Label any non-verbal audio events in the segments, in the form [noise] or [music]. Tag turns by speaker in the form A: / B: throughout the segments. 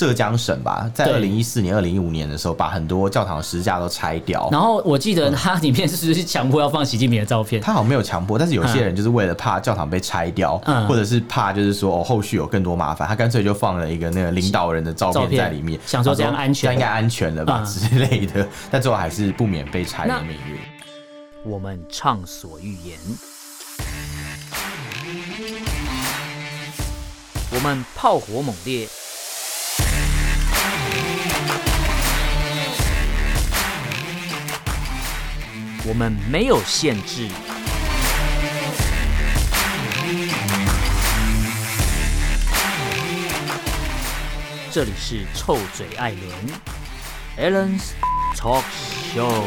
A: 浙江省吧，在二
B: 对
A: 零一四年、二零一五年的时候，把很多教堂的石架都拆掉。
B: 然后我记得它里面是不是强迫要放习近平的照片？
A: 他好像没有强迫，但是有些人就是为了怕教堂被拆掉，
B: 嗯
A: 或者是怕就是说哦后续有更多麻烦，他干脆就放了一个那个领导人的照
B: 照
A: 片
B: 片
A: 在里面，
B: 想说
A: 他
B: 这样安全啊
A: 这样应该安全了吧、
B: 嗯
A: 之类的， [laughs] 但最后还是不免被拆的
B: 那
A: 命运。
B: 我们畅所欲言；我们炮火猛烈；我们没有限制。这里是臭嘴艾伦 a l l e n s Talk Show。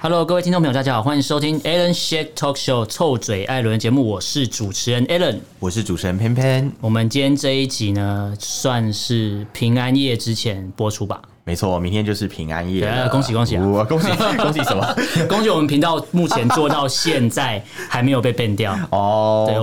B: Hello，各位听众朋友，大家好，欢迎收听 Alan Shake Talk Show 臭嘴艾伦节目，我是主持人 Alan。
A: 我是主持人偏偏，
B: 我们今天这一集呢，算是平安夜之前播
A: [laughs]
B: 出吧。
A: 没错，明天就是平安夜
B: 对
A: 了，
B: 啊恭喜恭喜啊
A: 哇恭喜恭喜什
B: [laughs]
A: 么？
B: 恭喜我们频道目前做到现在还没有被 ban 掉。对，我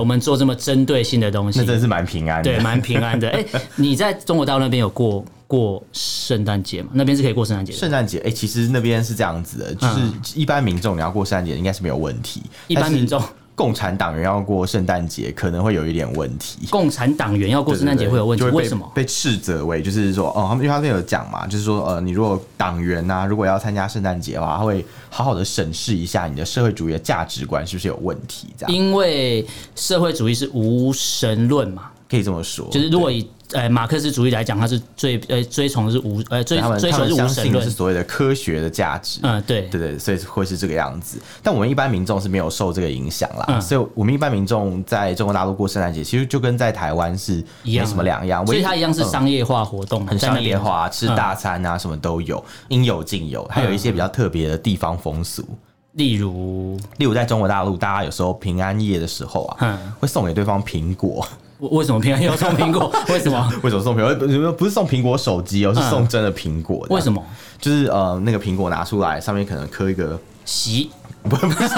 A: [laughs] 哦，
B: 们做这么针对性的东
A: 那
B: 西，
A: 真是蛮平安的，
B: 对，蛮
A: [laughs]
B: 平安的。哎、你在中国大陆那边有过过圣诞节吗？那边是可以过圣诞节的。
A: 圣诞节，哎、其实那边是这样子的，就是一般民众你要过圣诞节应该是没有问题，
B: 嗯一般民众
A: 但是共产党员要过圣诞节可能会有一点问题。
B: 共产党员要过圣诞节会有问题，
A: 对对对就会
B: 为
A: 被
B: 什么？
A: 被斥责为就是说哦，他们因为他们有讲嘛，就是说呃，你如果党员呐、如果要参加圣诞节的话，他会好好的审视一下你的社会主义的价值观是不是有问题，这样
B: 因为社会主义是无神论嘛，
A: 可以这么说。
B: 就是如果以呃马克思主义来讲，它是最呃追崇的是无呃追
A: 对他们
B: 追
A: 他
B: 求
A: 们
B: 是无
A: 相
B: 神
A: 信的
B: 论
A: 是，所谓的科学的价值，
B: 嗯对
A: 对对，所以会是这个样子。但我们一般民众是没有受这个影响啦，
B: 嗯
A: 所以我们一般民众在中国大陆过圣诞节，其实就跟在台湾是
B: 一样
A: 没
B: 啊
A: 什么两样，
B: 所以
A: 唯
B: 它一样是
A: 嗯
B: 商业化活动嘛，
A: 很
B: 在那嗯
A: 商业
B: 边
A: 化，吃大餐啊，什么都有，应有尽有。还有一
B: 嗯
A: 些比较特别的地方风俗，
B: 例如
A: 例如在中国大陆，大家有时候平安夜的时候啊，
B: 嗯
A: 会送给对方苹果。 [laughs]
B: 为为什么平安夜要送苹果？ [laughs] 为什么？
A: 为什么送苹果？呃不是不是送苹果手机哦，是
B: 嗯
A: 送真的苹果。
B: 为什？么？
A: 就是呃，那个苹果拿出来，上面可能刻一个
B: 习
A: 不不是，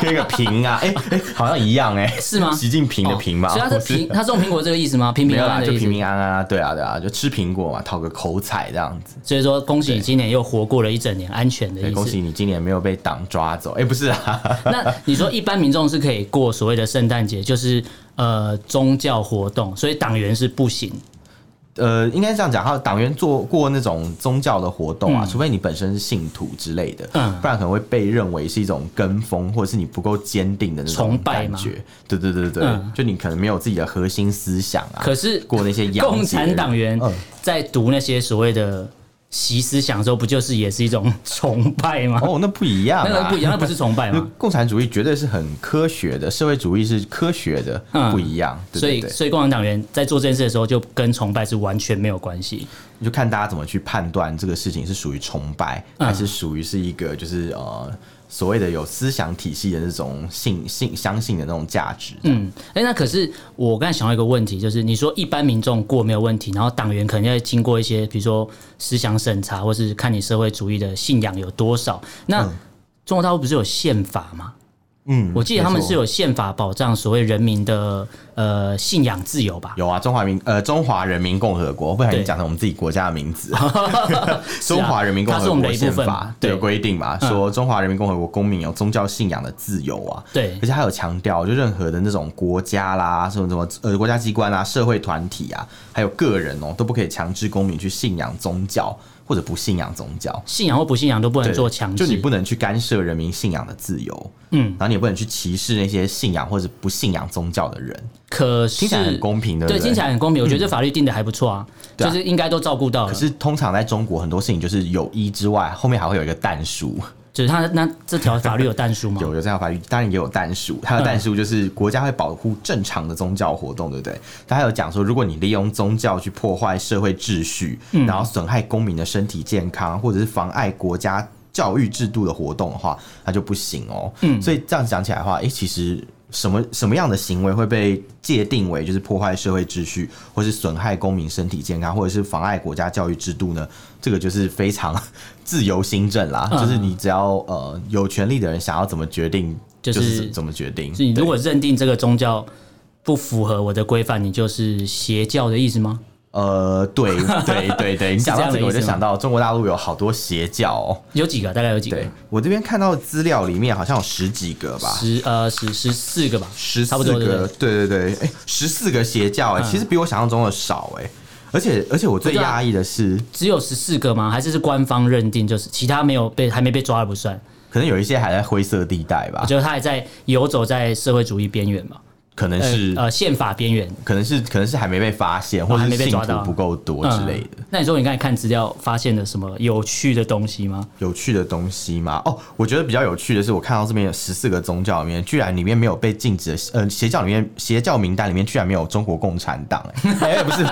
A: 跟一个平
B: [laughs]
A: 啊，哎、哎、好像一样哎、
B: 是吗
A: 习近平的平嘛，
B: 哦所以他
A: 不
B: 是平，他送苹果这个意思
A: [laughs]
B: 吗？平
A: 没
B: 平
A: 有
B: 安安
A: 啦，
B: 的
A: 就
B: 意思
A: 平。平安安啊，对啊对啊，就吃苹果嘛，讨个口彩这样子。
B: 所以说，恭喜你今年又活过了一整年，安全的
A: 对，
B: 意
A: 哎恭
B: 思
A: 喜。你今年没有被党抓走，哎、不是啊， [laughs]
B: 那你说一般民众是可以过所谓的圣诞节，就是呃宗教活动，所以党员是不行。
A: 呃，应该这样讲，他党员做过那种宗教的活动啊，除非你本身是信徒之类的，
B: 嗯
A: 不然可能会被认为是一种跟风，或者是你不够坚定的那种
B: 崇拜
A: 感
B: 吗
A: 觉。对对对对，
B: 嗯
A: 就你可能没有自己的核心思想啊，
B: 可是
A: 过那些洋
B: 共
A: 节
B: 产党员
A: 嗯
B: 在读那些所谓的习思想的时候，不就是也是
A: [laughs]
B: 一种崇拜吗？
A: 哦，那不一样、啊，
B: [laughs] 那个不一样，那不是崇拜
A: 那
B: 吗？
A: 共产主义绝对是很科学的，社会主义是科学的，
B: 嗯
A: 不一样。 [laughs] 对
B: 所
A: 对
B: 以，
A: 对，
B: 所以共产党员在做这件事的时候，就跟崇拜是完全没有关系。
A: 你就看大家怎么去判断这个事情是属于崇拜，
B: 嗯
A: 还是属于是一个就是呃所谓的有思想体系的那种信信相信的那种价值。嗯，
B: 嗯，哎、那可是我刚才想到一个问题，就是你说一般民众过没有问题，然后党员可能要经过一些，比如说思想审查，或是看你社会主义的信仰有多少。那、中国大陆不是有宪法吗？
A: 嗯
B: 我记得他们是
A: 没错
B: 有宪法保障所谓人民的呃信仰自由吧？
A: 有啊，中华民呃中华人民共和国，不小心
B: 对
A: 讲成我们自己国家的名
B: [laughs]
A: 字。 [laughs] 中华人民共
B: 啊它是
A: 和
B: 我们
A: 国
B: 的一部
A: 宪
B: 分
A: 法
B: 嘛
A: 对
B: 对嗯
A: 有规定嘛，说中华人民共和国公民有宗教信仰的自由啊。
B: 对
A: 而且还有强调，就任何的那种国家啦，什么什么呃国家机关啊、社会团体啊，还有个人哦，都不可以强制公民去信仰宗教或者不信仰宗教。
B: 信仰或不信仰都不能
A: 对
B: 做强制，
A: 就你不能去干涉人民信仰的自由，
B: 嗯，
A: 然后你也不能去歧视那些信仰或者不信仰宗教的人，
B: 可是
A: 听起来很公平，对不
B: 对，听起来很公平。我觉得这法律定的还不错啊，
A: 对啊
B: 就是应该都照顾到了。
A: 可是通常在中国很多事情就是有一之外，后面还会有一个但书，
B: 就是他那这条法律有但书吗？
A: [laughs] 有有这样的法律，当然也有但书，它的
B: 嗯
A: 但书就是国家会保护正常的宗教活动，对不对？它还有讲说，如果你利用宗教去破坏社会秩序，
B: 嗯
A: 然后损害公民的身体健康，或者是妨碍国家教育制度的活动的话，那就不行哦。嗯，所以这样讲起来的话，诶、其实。什么什么样的行为会被界定为就是破坏社会秩序，或是损害公民身体健康，或者是妨碍国家教育制度呢？这个就是非常 [laughs] 自由新政啦，
B: 嗯
A: 就是你只要呃有权利的人想要怎么决定，
B: 就是
A: 怎么决定。
B: 是你如果认定这个宗教不符合我的规范，你就是邪教的意思吗？
A: 呃，
B: [laughs]
A: 对对对对，你
B: 这
A: 讲
B: 样
A: 到
B: 的
A: 这个，我
B: 意思
A: 就
B: 吗
A: 想到中国大陆有好多邪教、哦。
B: 有几个？大概有几个
A: 对？我这边看到的资料里面好像有十几个吧，
B: 十呃十十四个吧，
A: 十
B: 差
A: 四
B: 不多对不
A: 个，
B: 对？
A: 对
B: 嗯
A: 对对，哎、十四个邪教、哎、其实比我想象中的少、哎，而且而且我最
B: 对啊
A: 压抑的是，
B: 只有十四个吗？还是是官方认定就是其他没有被还没被抓的不算？
A: 可能有一些还在灰色地带吧
B: 我，觉得他还在游走在社会主义边缘吧，
A: 可能是、
B: 呃宪法边缘
A: 可能是可能是还没被发现，或者
B: 还没
A: 是
B: 被
A: 信
B: 抓到
A: 徒不够多之类的。
B: 嗯那你说你刚才看资料发现了什么有趣的东西吗？
A: 有趣的东西吗？哦，我觉得比较有趣的是，我看到这边有十四个宗教里面，居然里面没有被禁止的，呃，邪教里面邪教名单里面居然没有中国共产党、哎 [laughs] 哎、不是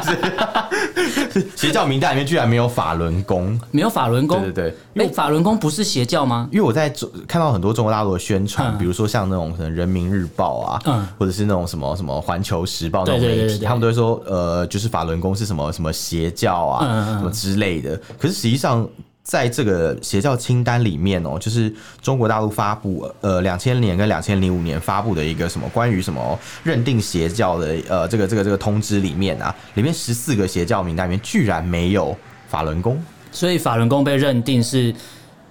A: 不是， [laughs] 邪教名单里面居然没有法轮功，
B: 没有法轮功，
A: 对对对，因
B: 哎、
A: 为。
B: 法轮功不是邪教吗？
A: 因为我在中看到很多中国大陆的宣传，
B: 嗯
A: 比如说像那种可能《人民日报》啊，
B: 嗯
A: 或者是那种什么什么《环球时报》那种媒
B: 对
A: 体，
B: 对对对对
A: 他们都会说，呃，就是法轮功是什么什么邪教啊，
B: 嗯嗯嗯
A: 什么之类的。可是实际上。在这个邪教清单里面哦，就是中国大陆发布呃两千年跟两千零五年发布的一个什么关于什么呃认定邪教的呃这个这个这个通知里面啊，里面十四个邪教名单里面居然没有法轮功，
B: 所以法轮功被认定是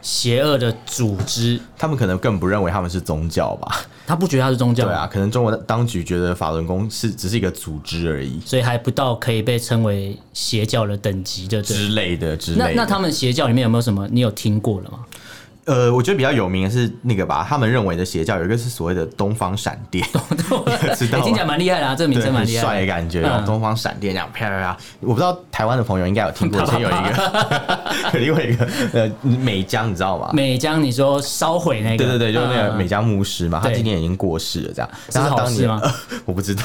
B: 邪恶的组织，
A: 他们可能更不认为他们是宗教吧。
B: 他不觉得它是宗教，
A: 对啊，可能中国当局觉得法轮功是只是一个组织而已
B: 所以还不到可以被称为邪教的等级的。对
A: 之类的之类
B: 那
A: 的。
B: 那他们邪教里面有没有什么你有听过了
A: [laughs]
B: 吗？
A: 呃，我觉得比较有名的是那个吧，他们认为的邪教有一个是所谓的东方闪电。知道
B: 哎听起来蛮厉害的啊，这个名
A: [laughs] 对，
B: 称蛮
A: 很
B: 厉害
A: 帅
B: 的。
A: 的感觉，然后
B: 嗯
A: 东方闪电这样啪啪啪。我不知道台湾的朋友应该有听过，以
B: [laughs]
A: 前有一个，有 [laughs] 另外一个呃美江，你知道吗？
B: 美江，你说烧毁那个？
A: 啊对对对，就是那个
B: 嗯
A: 美，江牧师嘛，他
B: 对
A: 今年已经过世了，这样。
B: 是
A: 然后他
B: 好
A: 当
B: 事
A: 年 [laughs]
B: 吗？
A: 我不知道。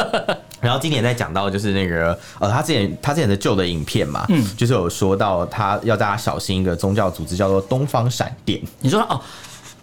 A: [laughs] 然后今年在讲到就是那个呃，他之前他之前的旧的影片嘛，嗯，就是有说到他要大家小心一个宗教组织叫做东方闪电，
B: 你说哦，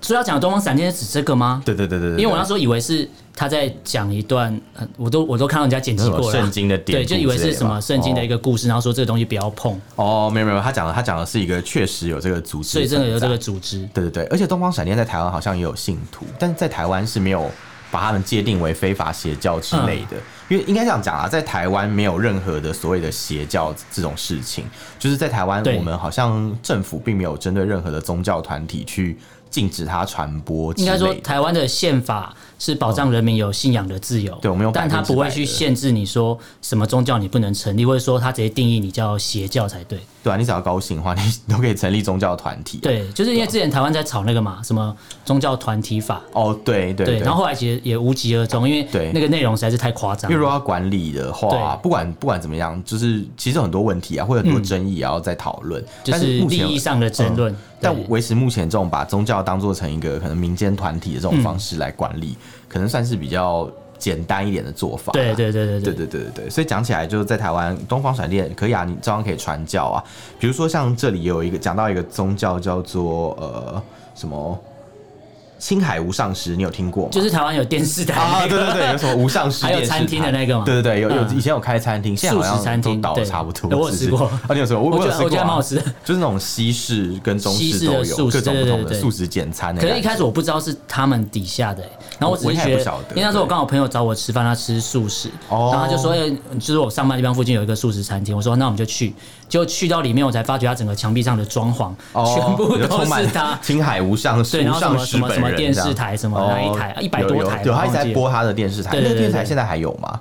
B: 所以要讲东方闪电是指这个吗？
A: 对对对对对，
B: 因为我那时候以为是他在讲一段，呃我都我都看到人家剪辑过了
A: 什么圣经的典
B: 对，
A: 故
B: 就以为
A: 之类
B: 是
A: 的
B: 什
A: 吧
B: 么圣经的一个故事，然后说这个东西不要碰，
A: 哦，没有没有，他讲的他讲的是一个确实有这个组织，
B: 所以真的有这个，组织。
A: 对对对，而且东方闪电在台湾好像也有信徒，但是在台湾是没有把他们界定为非法邪教之类
B: 嗯
A: 的。因为应该这样讲啊，在台湾没有任何的所谓的邪教这种事情，就是在台湾
B: 对
A: 我们好像政府并没有针对任何的宗教团体去禁止它传播之
B: 应
A: 类的。
B: 该说，台湾的宪法是保障人民有信仰的自由，
A: 哦对我们有
B: 但它
A: 100%
B: 不会去限制你说什么宗教你不能成立，或者说它直接定义你叫邪教才对。
A: 对啊，你只要高兴的话，你都可以成立宗教团体。，
B: 对，就是因为之前台湾在吵那个嘛，什么宗教团体法，
A: 哦，对对
B: 对，然后后来其实也无疾而终，因为
A: 对
B: 那个内容实在是太夸张
A: 因为如
B: 了。
A: 果要管理的话，
B: 对嗯
A: 不管不管怎么样，就是其实很多问题啊，会有很多争议也要再讨论。
B: 就
A: 但
B: 是
A: 目
B: 利
A: 前哦
B: 益上的争论，
A: 但
B: 对
A: 维持目前这种把宗教当做成一个可能民间团体的
B: 嗯
A: 这种方式来管理，可能算是比较简单一点的做法。
B: 对对对对
A: 对对对对对所以讲起来，就是在台湾东方闪电可以啊，你照样可以传教啊。比如说像这里有一个讲到一个宗教叫做呃什么青海无上师，你有听过吗？
B: 就是台湾有电视台
A: 啊，
B: 那
A: 对
B: 个
A: 对对，有什么无上师
B: [laughs] 还有
A: 电视
B: 餐厅的
A: 台
B: 那个嘛
A: 对对对，有有
B: 嗯
A: 以前有开餐厅，现在好
B: 素食餐
A: 像都
B: 厅
A: 倒的
B: 对
A: 差不多。
B: 对我
A: 是
B: 有
A: 不是
B: 吃过
A: 啊，你有吃过？我
B: 我
A: 我
B: 觉
A: 有
B: 得
A: 吃
B: 我觉
A: 过
B: 得蛮
A: 啊
B: 好，吃的。
A: 就是那种西式跟中
B: 西
A: 式
B: 式
A: 都
B: 的
A: 有
B: 素食
A: 各种不
B: 对对
A: 同的
B: 对
A: 素食简餐的
B: 可
A: 感觉。
B: 是，一开始我不知道是他们底下的欸、然后我只
A: 我
B: 是
A: 也还
B: 觉
A: 不晓得
B: 因为那时候我
A: 对
B: 刚好朋友找我吃饭，他吃素食，
A: 哦
B: 然后他就说，哎、就是我上班地方附近有一个素食餐厅，我说那我们就去，结果去到里面，我才发觉它整个墙壁上的装潢、
A: 哦
B: 全部
A: 你就
B: 都
A: 充满。
B: 是他
A: 青海无上师
B: 对然
A: 无
B: 后什
A: 上
B: 么
A: 师
B: 什么
A: 本
B: 什么
A: 人
B: 电
A: 这样
B: 视台什么那一台
A: 哦
B: 100多
A: 有有
B: 台
A: 有
B: 吧
A: 他一直
B: 忘
A: 在
B: 记
A: 播他的电视台，
B: 对
A: 那
B: 对
A: 个
B: 对
A: 电视台
B: 对
A: 现在还有吗？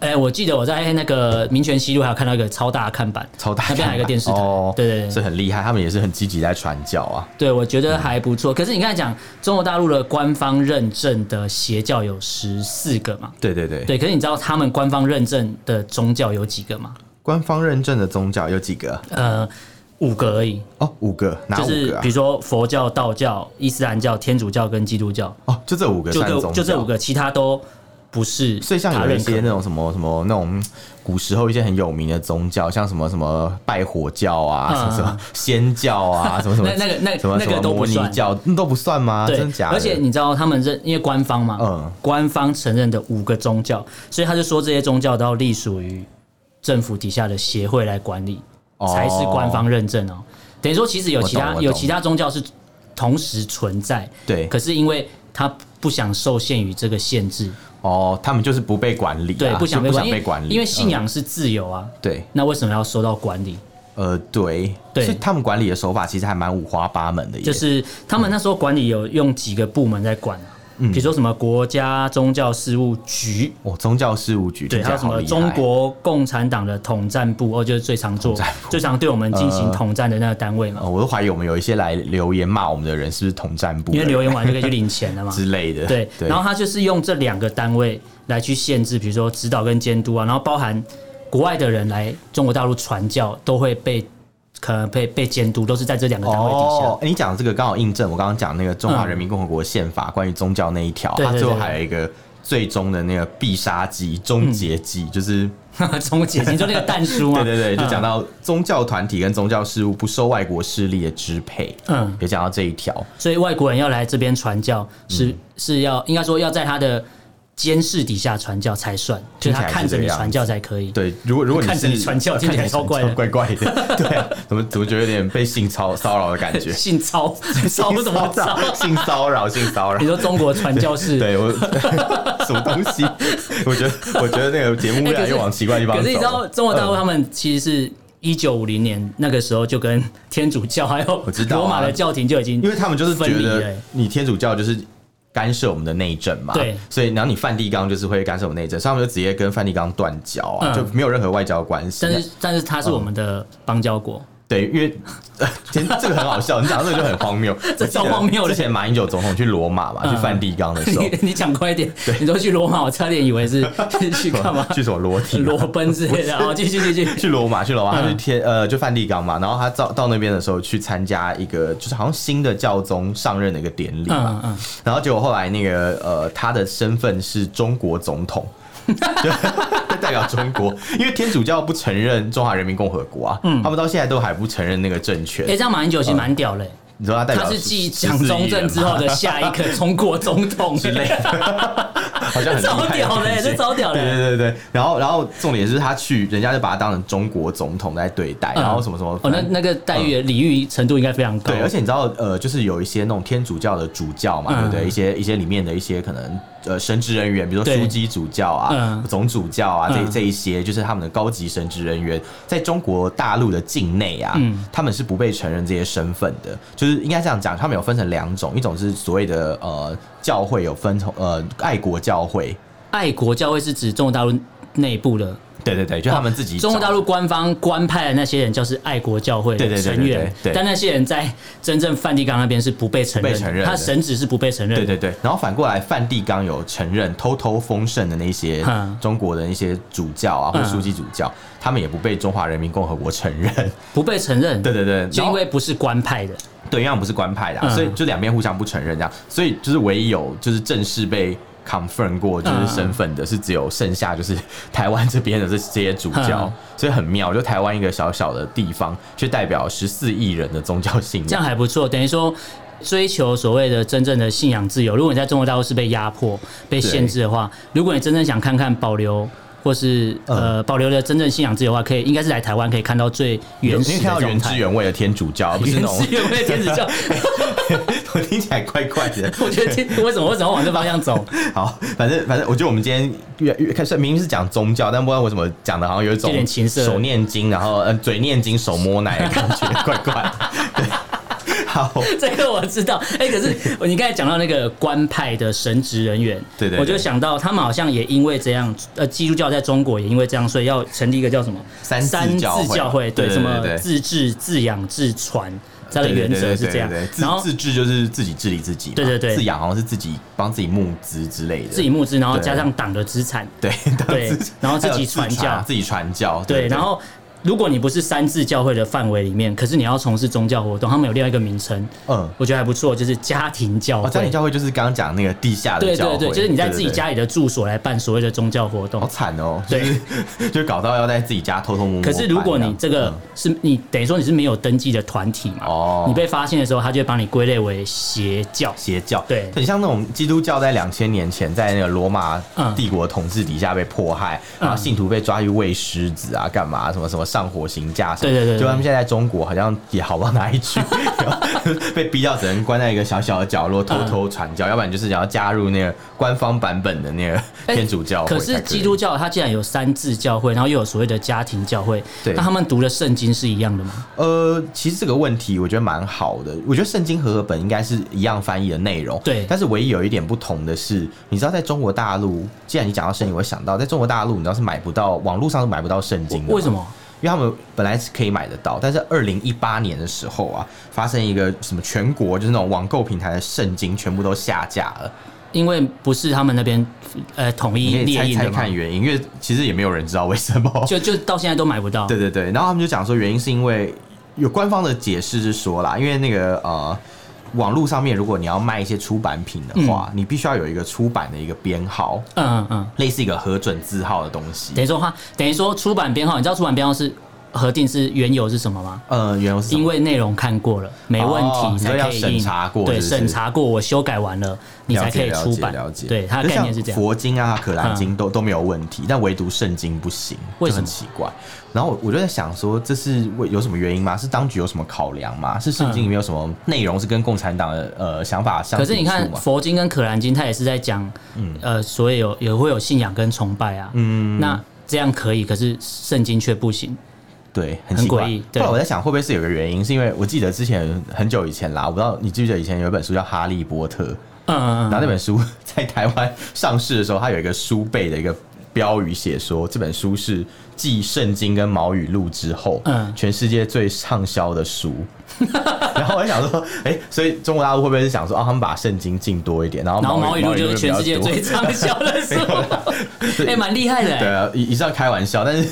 B: 哎、我记得我在那个民权西路还有看到一个超大的看板，
A: 超大
B: 那边还有一个电视台，
A: 哦
B: 对对对
A: 这很厉害，他们也是很积极在传教啊。
B: 对，我觉得还不错。可是你刚才讲中国大陆的官方认证的邪教有十四个嘛？
A: 对对对，
B: 对，可是你知道他们官方认证的宗教有几个吗？
A: 官方认证的宗教有几个？
B: 呃，五个而已，
A: 哦，五个，哪
B: 就
A: 五
B: 是
A: 个啊
B: 比如？说佛教、道教、伊斯兰教、天主教跟基督教，
A: 哦，就这五个
B: 就
A: 算宗
B: 这
A: 教，
B: 就这五个，其他都不是
A: 所以像
B: 他
A: 有一
B: 认
A: 些那
B: 可。
A: 种什么什么那种古时候一些很有名的宗教，像什么什么拜火教啊，
B: 嗯
A: 什么什么仙教啊，什么什么
B: [laughs] 那那个那
A: 什么
B: 那
A: 什
B: 个
A: 么
B: 都
A: 摩
B: 不
A: 尼
B: 算。
A: 教，那都不算吗？
B: 对
A: 真，假的？
B: 而且你知道他们认，因为官方嘛，
A: 嗯
B: 官方承认的五个宗教，所以他就说这些宗教都要隶属于政府底下的协会来管理，
A: 哦
B: 才是官方认证哦。等于说，其实有其
A: 我
B: 他
A: 懂我懂
B: 有其他宗教是同时存在，
A: 对
B: 可是因为它不想受限于这个限制，
A: 哦，他们就是不被管理啊，
B: 对，不
A: 就
B: 想
A: 不
B: 被管
A: 想被管理，
B: 因为因为信
A: 嗯
B: 仰是自由啊。
A: 对，
B: 那为什么要受到管理？
A: 呃，对，
B: 对
A: 所以他们管理的手法其实还蛮五花八门的耶，
B: 就是他们那时候管理有用几个部门在管、啊，
A: 嗯
B: 比如说什么国家宗教事务局，
A: 哦，宗教事务局，
B: 对，
A: 听
B: 还
A: 起来好
B: 有什么
A: 厉害
B: 中国共产党的统战部，哦，就是最常做、最常对我们进行
A: 呃
B: 统战的那个单位嘛。
A: 哦，我都怀疑我们有一些来留言骂我们的人是不是统战部的
B: 因为留言完就可以去领钱了嘛。
A: 之类的，
B: 对，
A: 对，
B: 然后他就是用这两个单位来去限制，比如说指导跟监督啊，然后包含国外的人来中国大陆传教都会被可能被被监督，都是在这两个单位底下。 [laughs] 嗯
A: 哦，诶你讲这个刚好印证我刚刚讲那个中华人民共和国宪法关于宗教那一条，
B: 对
A: 它
B: 对
A: 最后
B: 对
A: 还有一个最终的那个必杀技、终结技，
B: 嗯
A: 就是
B: 中解，你说那个蛋啊书
A: [laughs]
B: 嘛？
A: 对对对，就讲
B: 到
A: 到宗教团体跟宗教事务不受外国势力的支配，
B: 嗯，
A: 也讲到这一条，
B: 所以外国人要来这边传教
A: 嗯
B: 是是要应该说要在他的监视底下传教才算，就
A: 听起
B: 是他
A: 来是
B: 看着
A: 这
B: 你
A: 样
B: 传教才可以。
A: 对，如果如果你
B: 看着
A: 是
B: 你传教
A: 看着
B: 听起来
A: 你
B: 超
A: 传
B: 怪的？
A: 教怪怪的，对啊，怎么怎么觉得有点被性骚骚扰的感觉
B: [laughs] 姓
A: [laughs]
B: 操，操什么操？ [laughs]
A: 性骚扰，性骚扰
B: 你。说中国传教士
A: 对
B: [laughs]
A: 我什么东西？我觉得我觉得那个节目越
B: 欸可
A: 来
B: 是
A: 越往奇怪的地方
B: 可
A: 走。
B: 是你知道，中国大
A: 嗯
B: 陆他们其实是一九五零年那个时候就跟天主教还有
A: 我知道啊
B: 罗马的教廷就已经
A: 因为他们就是觉
B: 分离
A: 得
B: 了。
A: 你天主教就是干涉我们的内政嘛，
B: 对
A: 所以然后你梵蒂冈就是会干涉我们内政，所以他们就直接跟梵蒂冈断交啊，
B: 嗯
A: 就没有任何外交关系。
B: 但是但是他是我们的邦交国，
A: 对，因为、呃、天这个很好笑，你讲到这个就很荒
B: [laughs]
A: 谬，
B: 这超荒谬的
A: 之前马英九总统去罗马嘛，
B: 嗯
A: 去梵蒂冈的
B: [laughs]
A: 时候，
B: 你你讲快一点，你说去罗马，我差点以为是 [laughs] 是去干嘛？
A: [laughs] 去什啊么裸体嘛？
B: 裸奔之类的。哦，继续继续。
A: 去罗马，去罗马，
B: 嗯
A: 他去天、呃，就梵蒂冈嘛。然后他到到那边的时候，去参加一个就是好像新的教宗上任的一个典礼嘛。
B: 嗯嗯，
A: 然后结果后来那个呃，他的身份是中国总统。
B: [laughs]
A: 就代表中国，因为天主教不承认中华人民共和国啊，
B: 嗯
A: 他们到现在都还不承认那个政权
B: 哎，。这样马英九其实
A: 啊
B: 蛮屌嘞，
A: 你知道他代表
B: 他是
A: 十
B: 继蒋中正之，后的下一个中国总统
A: 14亿人嘛之类
B: [laughs]
A: 的，好像很厉害的
B: 超屌嘞
A: 感觉
B: 这超屌嘞欸
A: 对对对对，然后然后重点是他去，人家就把他当成中国总统在对待，
B: 嗯
A: 然后什么什么，
B: 哦，那那个待遇礼遇程度应该非常
A: 嗯
B: 高。
A: 对，而且你知道，呃，就是有一些那种天主教的主教嘛，对不对？
B: 嗯
A: 一些一些里面的一些可能呃神职人员，比如说
B: 对
A: 枢机主教啊、
B: 嗯
A: 总主教啊，这
B: 嗯
A: 这一些就是他们的高级神职人员，在中国大陆的境内啊，
B: 嗯
A: 他们是不被承认这些身份的。就是应该这样讲，他们有分成两种，一种是所谓的呃教会有分成呃爱国教会，
B: 爱国教会是指中国大陆内部的，
A: 对对对，就他们自己、
B: 中国大。陆官方官派的那些人就是爱国教会
A: 对对
B: 的
A: 对对
B: 成员
A: 对对，
B: 但那些人在真正梵蒂冈那边是不被承认
A: 不被承
B: 的，
A: 认
B: 他
A: 的
B: 神职是不被承认
A: 对
B: 的。
A: 对对，然后反过来，梵蒂冈有承认偷偷丰盛的那些
B: 嗯
A: 中国的那些主教啊，或
B: 嗯
A: 书记主教，他们也不被中华人民共和国承
B: [laughs]
A: 认。
B: 不被承认，
A: 对对对，
B: 就
A: 然
B: 因
A: 后
B: 为不是官派的，
A: 对，因为他们不是官派的、啊，
B: 嗯
A: 所以就两边互相不承认这样，所以就是唯一有就是正式被 confirm 过就是
B: 嗯
A: 身份的，是只有剩下就是台湾这边的这这些主教，
B: 嗯
A: 所以很妙，就台湾一个小小的地方，却代表十四亿人的宗教信
B: 这
A: 仰。
B: 样还不错。等于说，追求所谓的真正的信仰自由，如果你在中国大陆是被压迫、被限制的话，如果你真正想看看保留。或是
A: 嗯
B: 呃，保留了真正信仰自由的话，可以应该是来台湾可以看到最原
A: 因
B: 始
A: 为
B: 的
A: 看到
B: 状
A: 原汁
B: 态。
A: 原味的天主教，而不是那种
B: [laughs] 原汁原味天主教，
A: [laughs] 我听起来怪怪的。
B: [laughs] 我觉得天为什么为什么往这方向走？
A: 好，反正反正，我觉得我们今天越越开始，明明是讲宗教，但不知道为什么讲的好像有一种
B: 有点情色
A: 手念经，然后呃嘴念经手摸奶的感觉，怪怪的。
B: [laughs]
A: 对，好，
B: 这个我知道。哎、可是你刚才讲到那个官派的神职人员，
A: 对对对
B: 我就想到他们好像也因为这样，呃，基督教在中国也因为这样，所以要成立一个叫什么
A: 三自
B: 三
A: 教会
B: 自教会，
A: 对
B: 对，
A: 对
B: 什
A: 对
B: 么
A: 对
B: 自治、自养、自传，它的原则是这样
A: 对对对对对对。
B: 然后
A: 自自治就是自己治理自己嘛，
B: 对对对
A: 自养好像是自己帮自己募资之类的，
B: 自己募资，然后
A: 对
B: 加上党的资产，
A: 对
B: [laughs] 对
A: 自己
B: 然后自己
A: 还有
B: 传
A: 查
B: 教
A: 自己传教，
B: 对，然后。如果你不是三自教会的范围里面，可是你要从事宗教活动，他们有另外一个名称，
A: 嗯。
B: 我觉得还不错，就是家庭教
A: 哦，
B: 会。
A: 家庭教会就是刚刚讲那个地下的
B: 对
A: 教
B: 对
A: 会，
B: 对，就是你在自己
A: 对对对
B: 家里的住所来办所谓的宗教活动
A: 好。惨哦，就是 [laughs] 就搞到要在自己家偷偷摸摸办
B: 可
A: 样。嗯
B: 是如果你这个是你等于说你是没有登记的团体嘛，
A: 哦
B: 你被发现的时候，他就会把你归类为邪教。
A: 邪教，
B: 对
A: 很像那种基督教在两千年前在那个罗马帝国统治底下被迫害，
B: 嗯
A: 然后信徒被抓去喂狮子啊，干嘛什么什么上火刑架什么，
B: 对对对对
A: 就他们现在在中国好像也好不到哪里去， [laughs] 被逼到只能关在一个小小的角落
B: 嗯
A: 偷偷传教，要不然就是想要加入那个官方版本的那个
B: 哎
A: 天主教会才
B: 可
A: 以。
B: 是基督教它既然有三自教会，然后又有所谓的家庭教会，
A: 对
B: 那他们读的圣经是一样的吗？
A: 呃，其实这个问题我觉得蛮好的。我觉得圣经和合本应该是一样翻译的内容，
B: 对
A: 但是唯一有一点不同的是，你知道在中国大陆，既然你讲到圣经，我想到在中国大陆，你知道是买不到，网络上是买不到圣经的。
B: 为什？么？
A: 因为他们本来是可以买得到，但是二零一八年的时候啊，发生一个什么全国就是那种网购平台的圣经全部都下架了。
B: 因为不是他们那边呃统
A: 你可
B: 一
A: 以
B: 列
A: 猜
B: 印
A: 猜
B: 的嘛，
A: 看原因，因为其实也没有人知道为什么。
B: 就就到现在都买不到。
A: 对对对，然后他们就讲说，原因是因为有官方的解释是说啦，因为那个呃。网络上面，如果你要卖一些出版品的话，你必须要有一个出版的一个编号，
B: 嗯嗯嗯，
A: 类似一个核准字号的东西。
B: 等于说哈，等于说出版编号，你知道出版编号是核定是缘由是什么吗？
A: 呃，原来是什么
B: 因为内容看过了，没问
A: 哦
B: 题
A: 你说
B: 才
A: 要
B: 可以
A: 审
B: 印
A: 查过
B: 对，
A: 是不是
B: 审查过，我修改完了，你才可以
A: 了解
B: 出版。
A: 了解，了解
B: 对，它的
A: 就
B: 概
A: 像
B: 念是这样。
A: 佛经啊、可兰经都、都没有问题，但唯独圣经不行，
B: 为
A: 就
B: 什
A: 很
B: 么
A: 奇怪。然后我我就在想说，这是为有什么原因吗？是当局有什么考量吗？是圣经里面有什么内容是跟共产党的呃想法相
B: 可是
A: 抵
B: 你
A: 触
B: 看
A: 吗
B: 佛经跟可兰经，它也是在讲，
A: 嗯
B: 呃，所以有也会有信仰跟崇拜啊。嗯，那这样可以，可是圣经却不行。
A: 对，很
B: 很
A: 奇怪。
B: 诡异对
A: 后来我在想，会不会是有个原因？是因为我记得之前很久以前啦，我不知道你记不记得以前有一本书叫《哈利波特》，
B: 嗯嗯
A: 然后
B: 嗯，
A: 那本书在台湾上市的时候，它有一个书背的一个标语，写说这本书是继《圣经》跟《毛语录》之后，
B: 嗯
A: 全世界最畅销的
B: [laughs]
A: 书。然后我就想说，哎、所以中国大陆会不会是想说，啊，他们把圣经进多一点，然后
B: 然后毛
A: 毛
B: 语录就是全世界
A: 比较多
B: 最畅销的书， [laughs] 哎，蛮厉害的
A: [laughs] 对
B: 哎。
A: 啊，以以上开玩笑，但
B: [laughs]
A: 是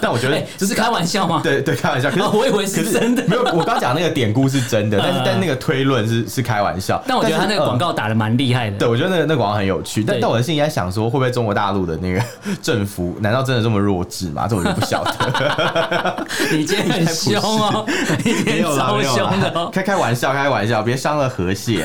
A: 但我觉得
B: 哎，这是开玩笑吗？
A: [laughs] 对对，开玩笑。可是、
B: 哦我以为是
A: 可
B: 真的
A: 没有，我刚讲那个典故是真的，但是
B: [laughs] 嗯
A: 但那个推论是是开玩笑。
B: 但我觉得他那
A: 是
B: 个广。
A: 嗯
B: 告打的蛮厉害的。
A: 对，我觉得那个那个广告很有趣，但
B: 对
A: 但我的心里在想说，会不会中国大陆的那个 [laughs] 政府，难道真的这么弱智吗？这我就不晓
B: [laughs]
A: 得，
B: 你今天很凶哦，你今
A: [laughs] 没
B: 天
A: 有啦，
B: 超
A: 没有
B: 凶的
A: 啦
B: 哦，，
A: [laughs] 开开玩笑，开玩笑，别伤了和
B: [laughs]
A: 谐。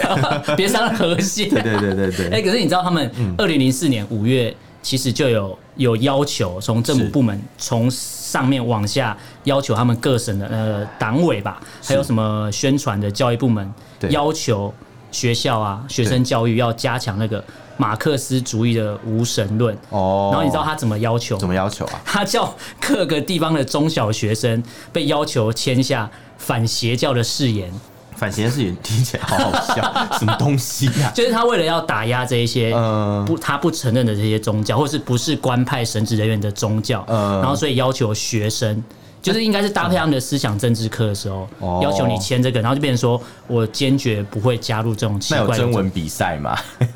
B: 别伤了和谐。
A: 对对对对
B: 哎、
A: 对，
B: 可是你知道他们
A: 嗯
B: 二零零四年五月其实就有有要求，从政府
A: 是
B: 部门从上面往下要求他们各省的呃党委吧，还有什么宣传的教育部门
A: 对
B: 要求学校啊学生教育要加强那个马克思主义的无神论。
A: 哦，
B: 然后你知道他怎么要求
A: 怎
B: 吗？
A: 么要求啊？
B: 他叫各个地方的中小学生被要求签下反邪教的誓言，
A: 反邪事情听起来好好笑，什么东西啊呀、
B: [laughs] 就是他为了要打压这一些
A: 嗯
B: 不他不承认的这些宗教，或是不是官派神职人员的宗教，
A: 嗯哎
B: 然后所以要求学生。就是应该是搭配他们的思想政治课的时候，
A: 哦
B: 要求你签这个，然后就变成说我坚决不会加入这种奇
A: 那有
B: 怪的
A: 征
B: 宗，
A: 文比赛吗？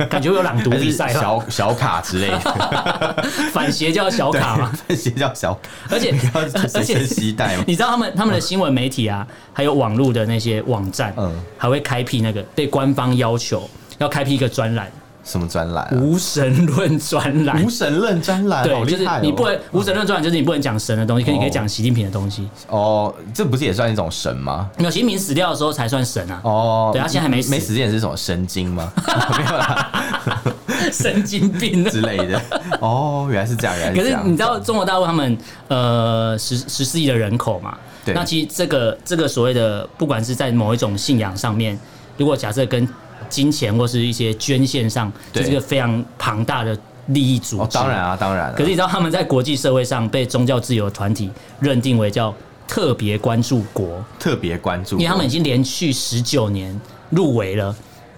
B: 感觉有朗读
A: 还
B: 比
A: 是
B: 赛吧，
A: 小小卡之
B: [laughs]
A: 类的？
B: 反邪教小卡嘛。
A: [laughs] 对，邪教小卡。
B: 而且
A: 不要随身携带嘛
B: 你知道他们他们的新闻媒体啊，还有网络的那些网站，
A: 嗯
B: 还会开辟那个被官方要求要开辟一个专栏，
A: 什么专栏、啊？
B: 无神论专栏
A: [laughs] 无。神论专栏，好
B: 对，
A: 厉
B: 就是
A: 害、哦！
B: 你不能无神论专栏，就是你不能讲神的东西，可你可以讲习近平的东西。
A: 哦，这不是也算一种神吗？
B: 那习近平死掉的时候才算神啊，
A: 哦，
B: 对他现在还没死
A: 没死之前是什么神经吗？ [laughs] 没有啦
B: [laughs] 神经病啊
A: 之类的。哦，原来是这样，原来
B: 可
A: 这
B: 是
A: 样。
B: 你知道中国大陆他们呃十十四亿的人口嘛？
A: 对
B: 那其实这个这个所谓的，不管是在某一种信仰上面，如果假设跟金钱或是一些捐献上，这
A: 对
B: 是一个非常庞大的利益组织。
A: 哦，当然。啊，当然、啊。
B: 可是你知道他们在国际社会上被宗教自由团体认定为叫特别关注国，
A: 特别关注，
B: 因为他们已经连续十九年入围了。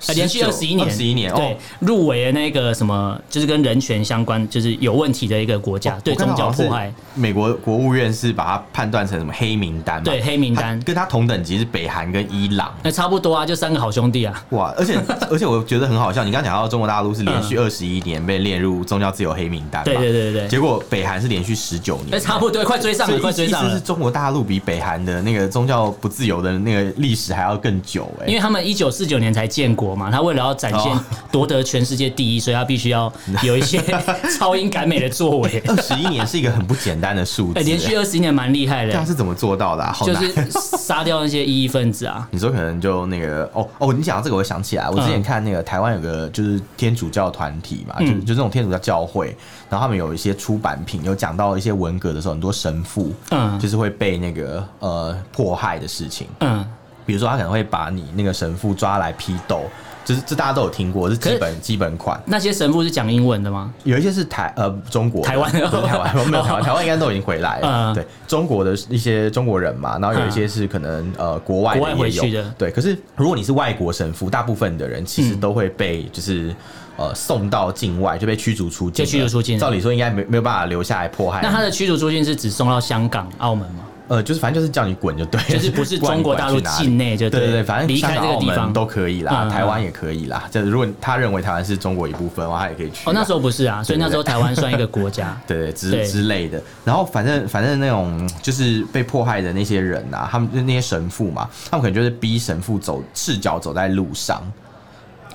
B: 呃连续二十一年，
A: 21年哦
B: 对，入围了那个什么，就是跟人权相关，就是有问题的一个国家，对
A: 哦我看
B: 宗
A: 到
B: 教
A: 好像是
B: 迫害，
A: 美国国务院是把它判断成什么黑名单嘛？
B: 对黑名
A: 它
B: 单
A: 啊跟它同等级是北韩跟伊朗。
B: 那差不多啊，就三个好兄弟啊，
A: 哇，而且 [laughs] 而且我觉得很好笑，你刚刚讲到中国大陆是连续二十一年被列入宗教自由黑名单嘛，
B: 嗯对对对对对，
A: 结果北韩是连续十九
B: 那
A: 年，
B: 差不多，快追上
A: 所以
B: 了，
A: 意
B: 快追上
A: 意思
B: 了
A: 是，中国大陆比北韩的那个宗教不自由的那个历史还要更久哎、
B: 因为他们一九四九年才建国国嘛，他为了要展现
A: 哦
B: 夺得全世界第一，所以他必须要有一些
A: [laughs]
B: 超英赶美的作为。
A: 二十一年是一个很不简单的数字、
B: 哎、连续二十一年蛮厉害的、
A: 这样是怎么做到的、啊？好
B: 就
A: 难。
B: 是杀掉那些异议分子啊。
A: 你说可能就那个哦哦，你讲到这个，我想起来，我之前看那个台湾有个就是天主教团体嘛，
B: 嗯
A: 就是就这种天主教教会，然后他们有一些出版品，有讲到一些文革的时候，很多神父，
B: 嗯
A: [laughs] 就是会被那个呃迫害的事情，
B: 嗯，
A: 比如说他可能会把你那个神父抓来批斗，就是这大家都有听过，是
B: 可
A: 基
B: 是
A: 本基本款。
B: 那些神父是讲英文的吗？
A: 有一些是台呃中国的
B: 台湾哦
A: 不是台
B: [laughs]
A: 湾没有台湾台湾应该都已经回来了，
B: 嗯
A: 对中国的一些中国人嘛，然后有一些是可能呃国外的
B: 嗯国外回
A: 也有
B: 去的
A: 对。可是如果你是外国神父，大部分的人其实都会被就是。呃，送到境外就被驱逐出境了，
B: 被驱逐出境了
A: 照理说应该没没有办法留下来迫害你。
B: 那他的驱逐出境是只送到香港、澳门
A: [laughs]
B: 吗？
A: 呃，就是反正就是叫你滚就对了，
B: 就是不是中国大陆
A: [laughs] 不管你去哪里
B: 境内就
A: 对
B: 对
A: 对对，反正
B: 离开
A: 香港
B: 这个地
A: 澳门
B: 方
A: 都可以啦，
B: 嗯嗯
A: 台湾也可以啦。就是如果他认为台湾是中国一部分的话，他也可以去啦。
B: 哦，那时候不是啊，所以
A: 对
B: 那时候台湾算一个
A: [laughs]
B: 国家。
A: 对对之
B: 对
A: 之类的。然后反正反正那种就是被迫害的那些人啊，他们就是那些神父嘛，他们可能就是逼神父走赤脚走在路上，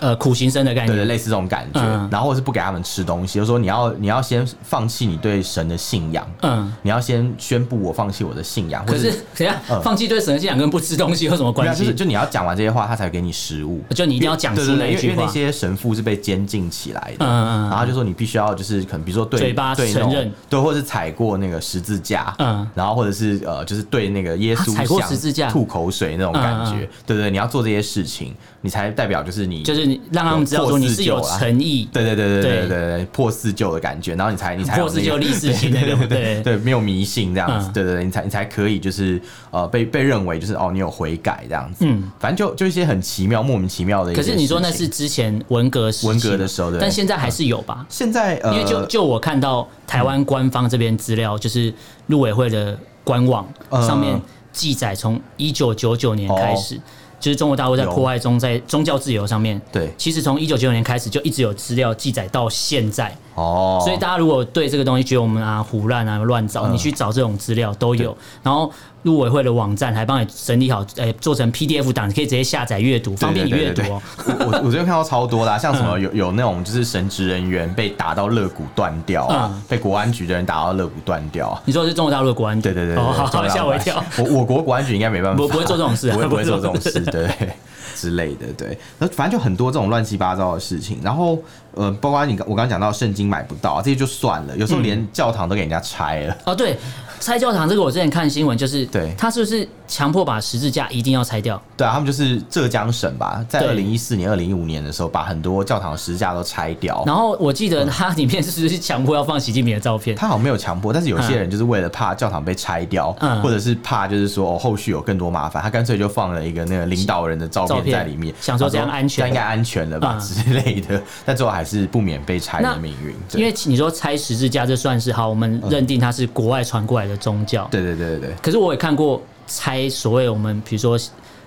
B: 呃，苦行僧的概
A: 对对，
B: 念。
A: 类似这种感觉。
B: 嗯
A: 然后或是不给他们吃东西，就说你要你要先放弃你对神的信仰。
B: 嗯，
A: 你要先宣布我放弃我的信仰，或
B: 可
A: 者
B: 是等一下放弃对神的信仰跟不吃东西有什
A: 嗯没
B: 么
A: 有
B: 关
A: 就是
B: 系？
A: 就你要讲完这些话，他才给你食物。
B: 就你一定要讲
A: 对
B: 出
A: 对
B: 那
A: 对，因
B: 一
A: 为因
B: 句
A: 为那
B: 话。
A: 些神父是被监禁起来的，
B: 嗯嗯嗯
A: 然后就说你必须要就是可能比如说对
B: 嘴巴
A: 对那种
B: 承认
A: 对，或者是踩过那个十字架，
B: 嗯
A: 然后或者是呃就是对那个耶稣
B: 啊踩过
A: 像
B: 十字架
A: 吐口水那种感觉，
B: 嗯嗯
A: 对对，你要做这些事情，你才代表就是你
B: 就是你让他们知道说你是有诚意，
A: 对对对对对对
B: 对
A: 对，破四旧的感觉，然后你才你才有
B: 或是
A: 那个
B: 就立事情的那种。对，
A: [laughs] 对，没有迷信这样子，
B: 嗯
A: 对对对，你才你才可以就是呃被被认为就是哦你有悔改这样子，
B: 嗯，
A: 反正就就一些很奇妙莫名其妙的一些
B: 可
A: 事情。
B: 是你说那是之前文革时期
A: 文革的时候对
B: 但现在还是有吧？
A: 现在呃，
B: 因为就就我看到台湾官方这边资料，就是陆委会的官网
A: 嗯
B: 上面记载，从一九九九年开始，就是中国大陆在
A: 哦有
B: 破坏中在宗教自由上面，
A: 对
B: 其实从一九九九年开始就一直有资料记载到现在，
A: 哦，
B: 所以大家如果对这个东西觉得我们啊胡乱啊乱找，
A: 嗯
B: 你去找这种资料都有。然后陆委会的网站还帮你整理好，呃，做成 PDF 档，你可以直接下载阅读，方便你阅读哦。
A: 对。对对对对我我我最近看到超多啦、啊像什
B: 嗯
A: 么有有那种就是神职人员被打到肋骨断掉啊，
B: 嗯
A: 被国安局的人打到肋骨断掉啊。
B: 你说的是中国大陆的国安局？
A: 对对对对
B: 哦，好
A: 中
B: 好
A: 央
B: 吓我一
A: 办
B: 跳。
A: 我我国国安局应该没办法，
B: 不不会做这种事啊
A: 不会不会
B: 不会做
A: 做这种事，对 [laughs] 之类的，对。那反正就很多这种乱七八糟的事情。然后呃，包括你刚我刚刚讲到圣经买不到、啊这些就算了，有时候
B: 嗯
A: 连教堂都给人家拆了。
B: 哦，对，拆教堂这个我之前看新闻，就是
A: 对
B: 他是不是强迫把十字架一定要拆掉？
A: 对啊，他们就是浙江省吧，在二
B: 对
A: 零一四年、二零一五年的时候，把很多教堂的十字架都拆掉。
B: 然后我记得它里面是不是强迫要放习近平的照片？
A: 嗯他好像没有强迫，但是有些人就是为了怕教堂被拆掉，
B: 嗯
A: 或者是怕就是说哦后续有更多麻烦，他干脆就放了一个那个领导人的照
B: 照
A: 片
B: 片
A: 在里面，
B: 想说这样
A: 他
B: 安全
A: 这样应该安全了吧、
B: 嗯
A: 之类的， [laughs] 但最后还是不免被拆的
B: 那
A: 命运。对嗯
B: 因为你说拆十字架，这算是好，我们认定它是国外传过来的宗教。
A: 对对对对对，
B: 可是我也看过拆所谓我们比如说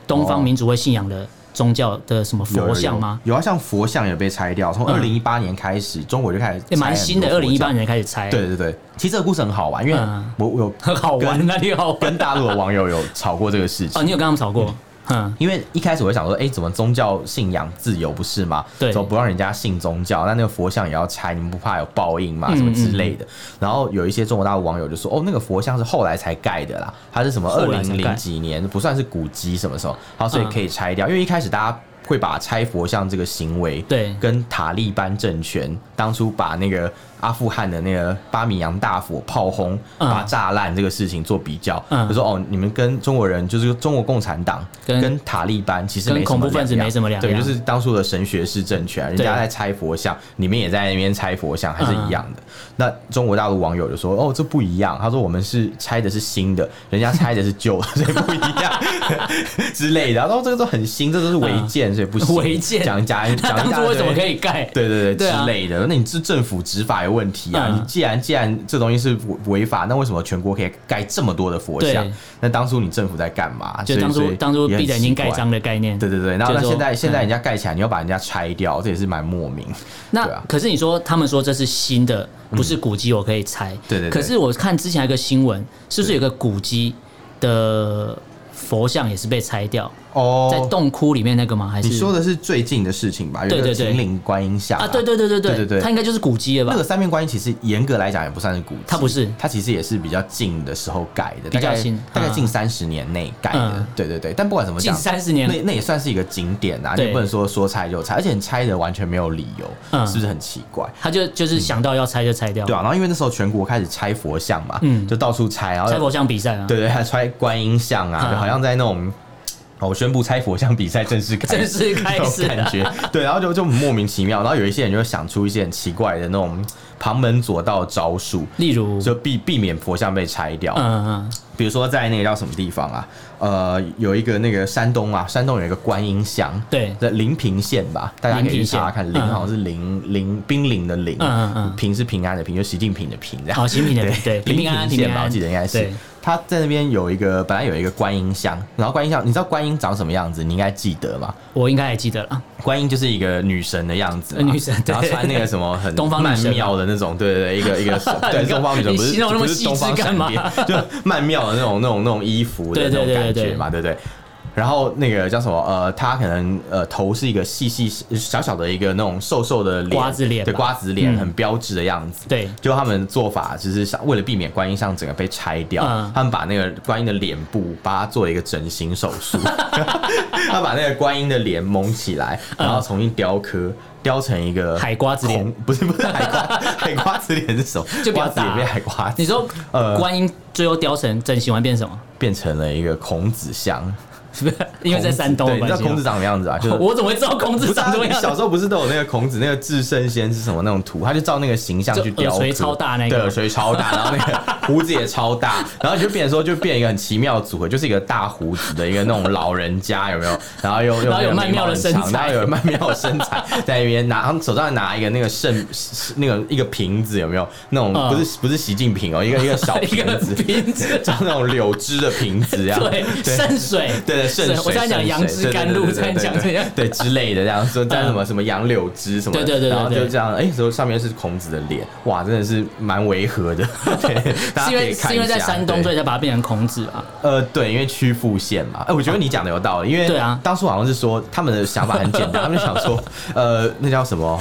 B: 东方民族会信仰的宗教的什么
A: 哦有
B: 佛像吗？？嗯
A: 有有有啊，像佛像也被拆掉，从二零一八年开始，中国就开始
B: 也蛮
A: 拆很
B: 新的，
A: 多
B: 二
A: 佛
B: 零一
A: 像
B: 八。年开始拆，
A: 对，对对，其实这个故事很好玩，因为
B: 嗯
A: 我我有
B: 很好玩，啊
A: 跟
B: 那里好玩
A: 跟大陆的网友有吵过这个事情
B: [laughs] 哦。。你有跟他们吵过？嗯，
A: 因为一开始我会想说，哎、怎么宗教信仰自由不是吗？
B: 对
A: 怎么不让人家信宗教？那那个佛像也要拆，你们不怕有报应吗？
B: 嗯
A: 什么之类的。然后有一些中国大陆网友就说，哦，那个佛像是后来才盖的啦，它是什么二
B: 后来才
A: 零
B: 盖嗯
A: 零几年，不算是古迹什么时候，好，所以可以拆掉，因为一开始大家。会把拆佛像这个行为，
B: 对
A: 跟塔利班政权当初把那个阿富汗的那个巴米扬大佛炮轰、
B: 嗯
A: 把它炸烂这个事情做比较，
B: 嗯
A: 就说哦，你们跟中国人就是中国共产党
B: 跟
A: 跟塔利班其实没
B: 跟
A: 什
B: 恐
A: 么
B: 怖分子
A: 两样
B: 没什么两
A: 对，
B: 样
A: 就是当初的神学式政权，人家
B: 对
A: 在拆佛像，你们也在那边拆佛像，还是一样的。
B: 嗯
A: 那中国大陆网友就说：“哦，这不一样。”他说：“我们是拆的是新的，人家拆的是旧的，所以不一样 [laughs] 之类的。”然后这个都很新，这都是违建，所以不行。
B: [laughs] 违建
A: 讲讲讲
B: 那
A: 一
B: 当
A: 大
B: 初
A: 堆
B: 为什么可以盖？
A: 对对对
B: 对啊
A: 之类的。那你是政府执法有问题啊！
B: 嗯
A: 你既然既然这东西是违违法，那为什么全国可以盖这么多的佛像
B: 对？
A: 那当初你政府在干嘛？所
B: 就
A: 以
B: 当
A: 所
B: 初
A: 以
B: 当初
A: 也很
B: 闭着眼睛
A: 奇怪
B: 盖章的概念。
A: 对对对，然后
B: 就
A: 那
B: 是说
A: 现在现在
B: 嗯
A: 人家盖起来，你要把人家拆掉，这也是蛮莫名。
B: 那
A: 对啊嗯
B: 可是你说他们说这是新的，不是古迹，我可以拆。
A: 对对对
B: 可是我看之前还有一个新闻，是不是有个古迹的佛像也是被拆掉？
A: 哦
B: 在洞窟里面那个吗？还是
A: 你说的是最近的事情吧？有
B: 对
A: 一个
B: 对对
A: 秦岭观音像
B: 啊？对对对对
A: 对对对
B: 它应该就是古迹了吧
A: 那？个三面观音其实严格来讲也不算是古迹，
B: 它不是
A: 它其实也是比较近的时候改的，
B: 比较
A: 大概
B: 新
A: 大概
B: 嗯
A: 近三十年内改的，
B: 嗯
A: 对对对。但不管怎么
B: 近
A: 讲，
B: 30年
A: 那那也算是一个景点啊，
B: 对
A: 你不能说说拆就拆，而且你拆的完全没有理由，
B: 嗯
A: 是不是很奇怪？
B: 他就就是想到要拆就拆掉，
A: 对啊，然后因为那时候全国开始拆佛像嘛，
B: 嗯
A: 就到处拆，然后
B: 拆佛像比赛啊，
A: 对对，还拆观音像啊，
B: 嗯
A: 就好像在那种。哦我宣布拆佛像比赛正式开
B: 正
A: 始，
B: 式开
A: 那
B: 始啊
A: 种感觉，对，然后就就莫名其妙，然后有一些人就会想出一些很奇怪的那种旁门左道的招数，
B: 例如，
A: 就避避免佛像被拆掉。
B: 嗯嗯
A: 比如说在那个叫什么地方啊？呃，有一个那个山东啊，山东有一个观音像，
B: 对
A: 在临平县吧，大家可以去查查看，
B: 临
A: 临
B: 平县嗯
A: 好像是临临濒临的临，
B: 嗯嗯嗯
A: 平是平安的平，就习近平的平这
B: 嗯，
A: 样。
B: 好，新品的对，平
A: 临 [laughs]
B: 平安安，平
A: 县
B: 平
A: 吧，
B: 安
A: 我
B: 安，
A: 记得应该是
B: 对。
A: 他在那边有一个，本来有一个观音像，然后观音像，你知道观音长什么样子？你应该记得嘛？
B: 我应该还记得了，
A: 观音就是一个女神的样子嘛，
B: 呃女神对
A: 然后穿那个什么很
B: [laughs] 东方女
A: 曼
B: 神嘛
A: 妙的那种，对对对，一个一
B: [laughs]
A: 个对
B: 你干
A: 东方女神
B: 你
A: 不是
B: 形容那么
A: 不是
B: 细
A: 东
B: 致
A: 方闪
B: 干嘛
A: 电， [laughs] 就曼妙的那种那种那种衣服的
B: 对
A: 那
B: 对
A: 种
B: 对
A: 感
B: 对
A: 觉
B: 对
A: 嘛，对不对？然后那个叫什么呃，她可能呃头是一个细细小小的一个那种瘦瘦的脸
B: 瓜子脸
A: 对
B: 吧
A: 瓜子脸
B: 嗯
A: 很标志的样子。
B: 对
A: 就他们的做法，就是想为了避免观音像整个被拆掉，
B: 嗯
A: 他们把那个观音的脸部把它做了一个整形手
B: [laughs]
A: 术，他把那个观音的脸蒙起来，然后重新雕刻，雕成一个
B: 嗯海瓜子脸
A: 红， [laughs] 不是不是海瓜 [laughs] 海瓜子脸是什么？
B: 就比较
A: 瓜子脸
B: 大
A: 变海瓜子
B: 你，说
A: 呃
B: 观音最后雕成整形完变什么？ [laughs]
A: 变成了一个孔子像，
B: 是不是因为在
A: 孔子
B: 山东的
A: 对，你知
B: 关
A: 道
B: 系
A: 孔子
B: 吗？
A: 长什么样子啊？就是
B: 我怎么会知道孔
A: 不
B: [laughs] 子
A: 是啊
B: 长什么
A: 你
B: 样
A: 小
B: 子？
A: 时候不是都有那个孔子那个至圣先是什么那种图，他就照那个形象
B: 就
A: 去雕刻，
B: 耳垂超大那个
A: 对，耳垂超大，然后那个胡子也超大，然后就变成说就变一个很奇妙的组合，就是一个大胡子的一个那种老人家，有 [laughs] 没有？然后又又
B: 然后有
A: 那个
B: 曼
A: 眉
B: 妙
A: 毛
B: 的
A: 很
B: 身
A: 长
B: 材
A: 然后有曼妙的身材在那边拿，他们手上还拿一个那个圣 [laughs] 那个一个瓶子，有没有？那种
B: 嗯
A: 不是不是习近平哦，一个一个小
B: [laughs] 一
A: 瓶
B: 个
A: 子， [laughs]
B: 瓶子，
A: 就那种柳枝的瓶子呀，
B: [laughs] 对，圣水，
A: 对对，圣水，
B: 我在讲
A: 圣
B: 杨
A: 水
B: 枝甘露，在讲这样，嗯
A: 对对对对对对之类的，这样说在什么什么杨柳枝什么的，
B: 对对对对对
A: 然后就这样，哎，说上面是孔子的脸，哇，真的是蛮违和的， [laughs] 对，大家
B: 是因
A: 可以
B: 为
A: 看
B: 是因为
A: 一下
B: 在山东，
A: 对
B: 所以才把它变成孔子啊。
A: 呃，对，因为曲阜县嘛，哎、我觉得你讲的有道理，因为
B: 对啊
A: 当初好像是说他们的想法很简单，他们就想说，呃，那叫什么？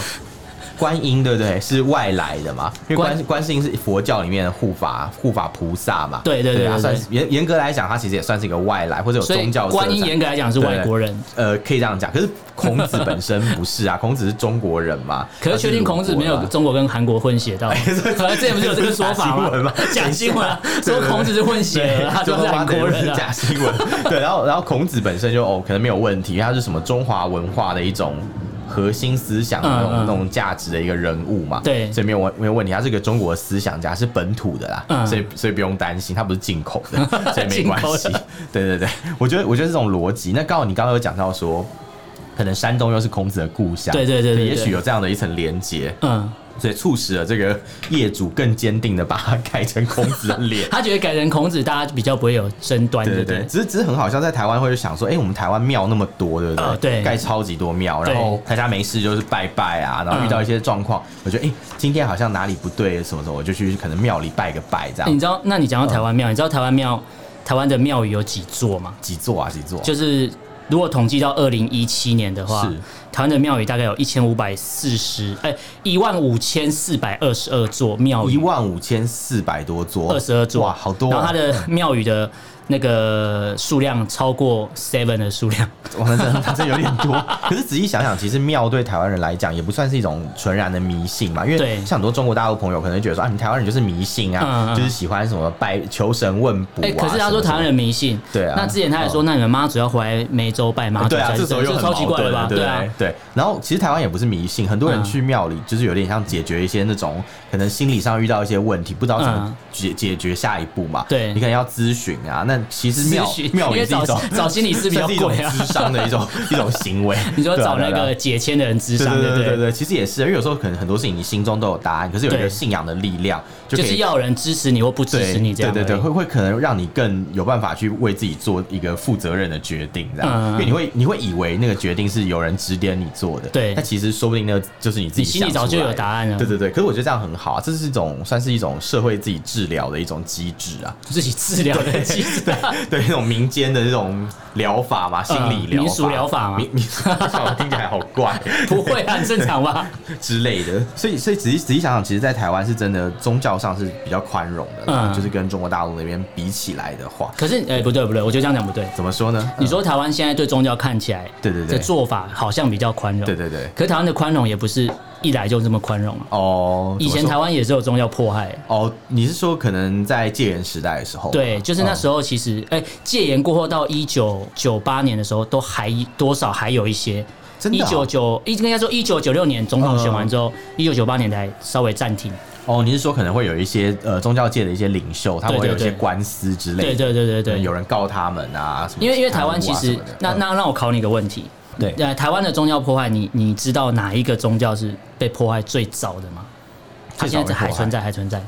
A: 观音对不对？是外来的嘛？因为
B: 观
A: 观观世音是佛教里面的护法护法菩萨嘛。
B: 对对对
A: 它
B: 对
A: 算
B: 对
A: 是严严格来讲，它其实也算是一个外来或者有
B: 所以
A: 宗教色彩
B: 观音严格来讲是外国人，
A: 呃，可以这样讲。可是孔子本身不是
B: [laughs]
A: 啊，孔子是中国人嘛。
B: 可是确定孔子没有
A: 他是鲁国嘛哎
B: 中国跟韩国混血到，之前不是有这个说法
A: 假新闻
B: 吗
A: 吗？
B: 假新闻啊，
A: 对
B: 说
A: 对对
B: 孔子是混血
A: 对
B: 儿，，他就是韩国人
A: 是
B: 啊
A: 假。新闻。对，然后然后孔子本身就哦，可能没有问题，因为他是什么中华文化的一种。核心思想的那种、
B: 嗯
A: 那
B: 嗯
A: 种价值的一个人物嘛，
B: 对
A: 所以没有问没有问题，他是个中国思想家，是本土的啦，
B: 嗯
A: 所以所以不用担心，他不是进口
B: [laughs]
A: 的，所以没
B: 进
A: 关
B: 口的
A: 系。对对对，我觉得我觉得这种逻辑，那刚好你刚刚有讲到说，可能山东又是孔子的故乡，
B: 对对对对
A: 所以
B: 对
A: 也许有这样的一层连接，
B: 嗯，
A: 所以促使了这个业主更坚定的把它改成孔子的
B: [laughs]
A: 脸。
B: 他觉得改成孔子，大家比较不会有争端，
A: 对
B: 对
A: 对
B: 不
A: 对，？只是只是很好笑，在台湾会想说，哎、我们台湾庙那么多，对不对？
B: 呃对
A: 盖超级多庙，然后大家没事就是拜拜啊，然后遇
B: 嗯
A: 到一些状况，我觉得哎、今天好像哪里不对，什么什么，我就去可能庙里拜个拜，这
B: 哎你
A: 样。
B: 知道？那你讲到台湾庙，你知道台湾庙台湾的庙宇有几座吗？
A: 几座啊？几座？
B: 就是如果统计到二零一七年的话
A: 是，
B: 台湾的庙宇大概有一千五百四十，哎，一万五千四百二十二座庙
A: 哦一
B: 宇，
A: 万五千四百多座，
B: 哦二十二座，
A: 哇，好多、哦。
B: 然后它的庙宇的那个数量超过 Seven 的数量，
A: 哇，那真的它真有点
B: [laughs]
A: 多。可是仔细想想，其实庙对台湾人来讲也不算是一种纯然的迷信嘛，因为
B: 对
A: 像很多中国大陆朋友可能会觉得说啊，你台湾人就是迷信啊，
B: 嗯嗯
A: 就是喜欢什么拜求神问卜啊。
B: 哎、可是
A: 什么
B: 他说
A: 什
B: 台
A: 么
B: 湾人迷信，
A: 对啊
B: 那之前他还说，那你们妈祖要回来梅州拜妈祖
A: 对
B: 才
A: 啊，这
B: 是真，
A: 时候又
B: 这
A: 很
B: 超奇
A: 矛
B: 怪
A: 盾
B: 了吧？
A: 对
B: 对啊
A: 对，对。然后其实台湾也不是迷信，很多人
B: 嗯
A: 去庙里就是有点像解决一些那种可能心理上遇到一些问题，不知道怎么
B: 嗯
A: 解解决下一步嘛。
B: 对
A: 你可能要咨询啊。那其实
B: [laughs]
A: 庙
B: 咨询
A: 庙
B: 因
A: 也
B: 为
A: 是一
B: 找
A: 种， [laughs]
B: 找心理师 [laughs] 比较
A: 算是一种
B: 贵啊。
A: 智商的一种一种行为。
B: [laughs] 你说
A: 对啊
B: 找
A: 对
B: 那
A: 啊对啊
B: 个解签的人智
A: 对
B: 商，
A: 对
B: 不
A: 对对对，其实也是，因为有时候可能很多事情你心中都有答案，可是有一个
B: 对
A: 信仰的力量就可
B: 就
A: 以
B: 是要有人支持你或不支
A: 对
B: 持你这样而
A: 对
B: 已。
A: 对对，会会可能让你更有办法去为自己做一个负责任的决定，这样，
B: 嗯
A: 因为你会你会以为那个决定是有人指点你做的，
B: 对
A: 但其实说不定那个就是你自己
B: 你心里
A: 想出来
B: 早就有
A: 的
B: 答案了
A: 对对对，可是我觉得这样很
B: [laughs]
A: 好啊，这是一种算是一种社会自己治疗的一种机制啊。
B: 自己治疗的机制。
A: [laughs] 对那种民间的这种疗法嘛，心理疗法、
B: 嗯民俗疗法嘛
A: 民民俗 [laughs] 疗法听起来好怪
B: 不会啊很正常吧？
A: 之类的。所以，所以仔细仔细想想，其实，在台湾是真的宗教上是比较宽容的啦，
B: 嗯
A: 就是跟中国大陆那边比起来的话，
B: 可是，哎、不对不对，我觉得这样讲不对。
A: 怎么说呢？呃
B: 你说台湾现在对宗教看起来，
A: 嗯对对对
B: 的做法好像比较宽容，
A: 对对对，
B: 可是台湾的宽容也不是一来就这么宽容啊。
A: 哦，
B: 以前
A: 怎么
B: 台
A: 说
B: 湾也是有宗教迫害，
A: 哦，你是说可能在戒严时代的时候吗？
B: 对，就是
A: 哦
B: 那时候其实，哎、戒严过后到一九九八年的时候，都还多少还有一些。
A: 真
B: 一
A: 的啊
B: 九九一应该说一九九六年总统选完
A: 嗯
B: 之后，一九九八年才稍微暂停。
A: 哦，你是说可能会有一些呃宗教界的一些领袖，他们
B: 对
A: 会
B: 对
A: 有一些
B: 对
A: 官司之类的，
B: 对对对对
A: 可能
B: 对，
A: 有人告他们啊什么贪污啊什么的。
B: 因为因为台湾其实，那
A: 嗯
B: 那让我考你一个问题，
A: 对
B: 呃，台湾的宗教破坏，你你知道哪一个宗教是被迫害最早的吗？它
A: 最早
B: 现
A: 被
B: 在还
A: 迫害
B: 存在，还存在。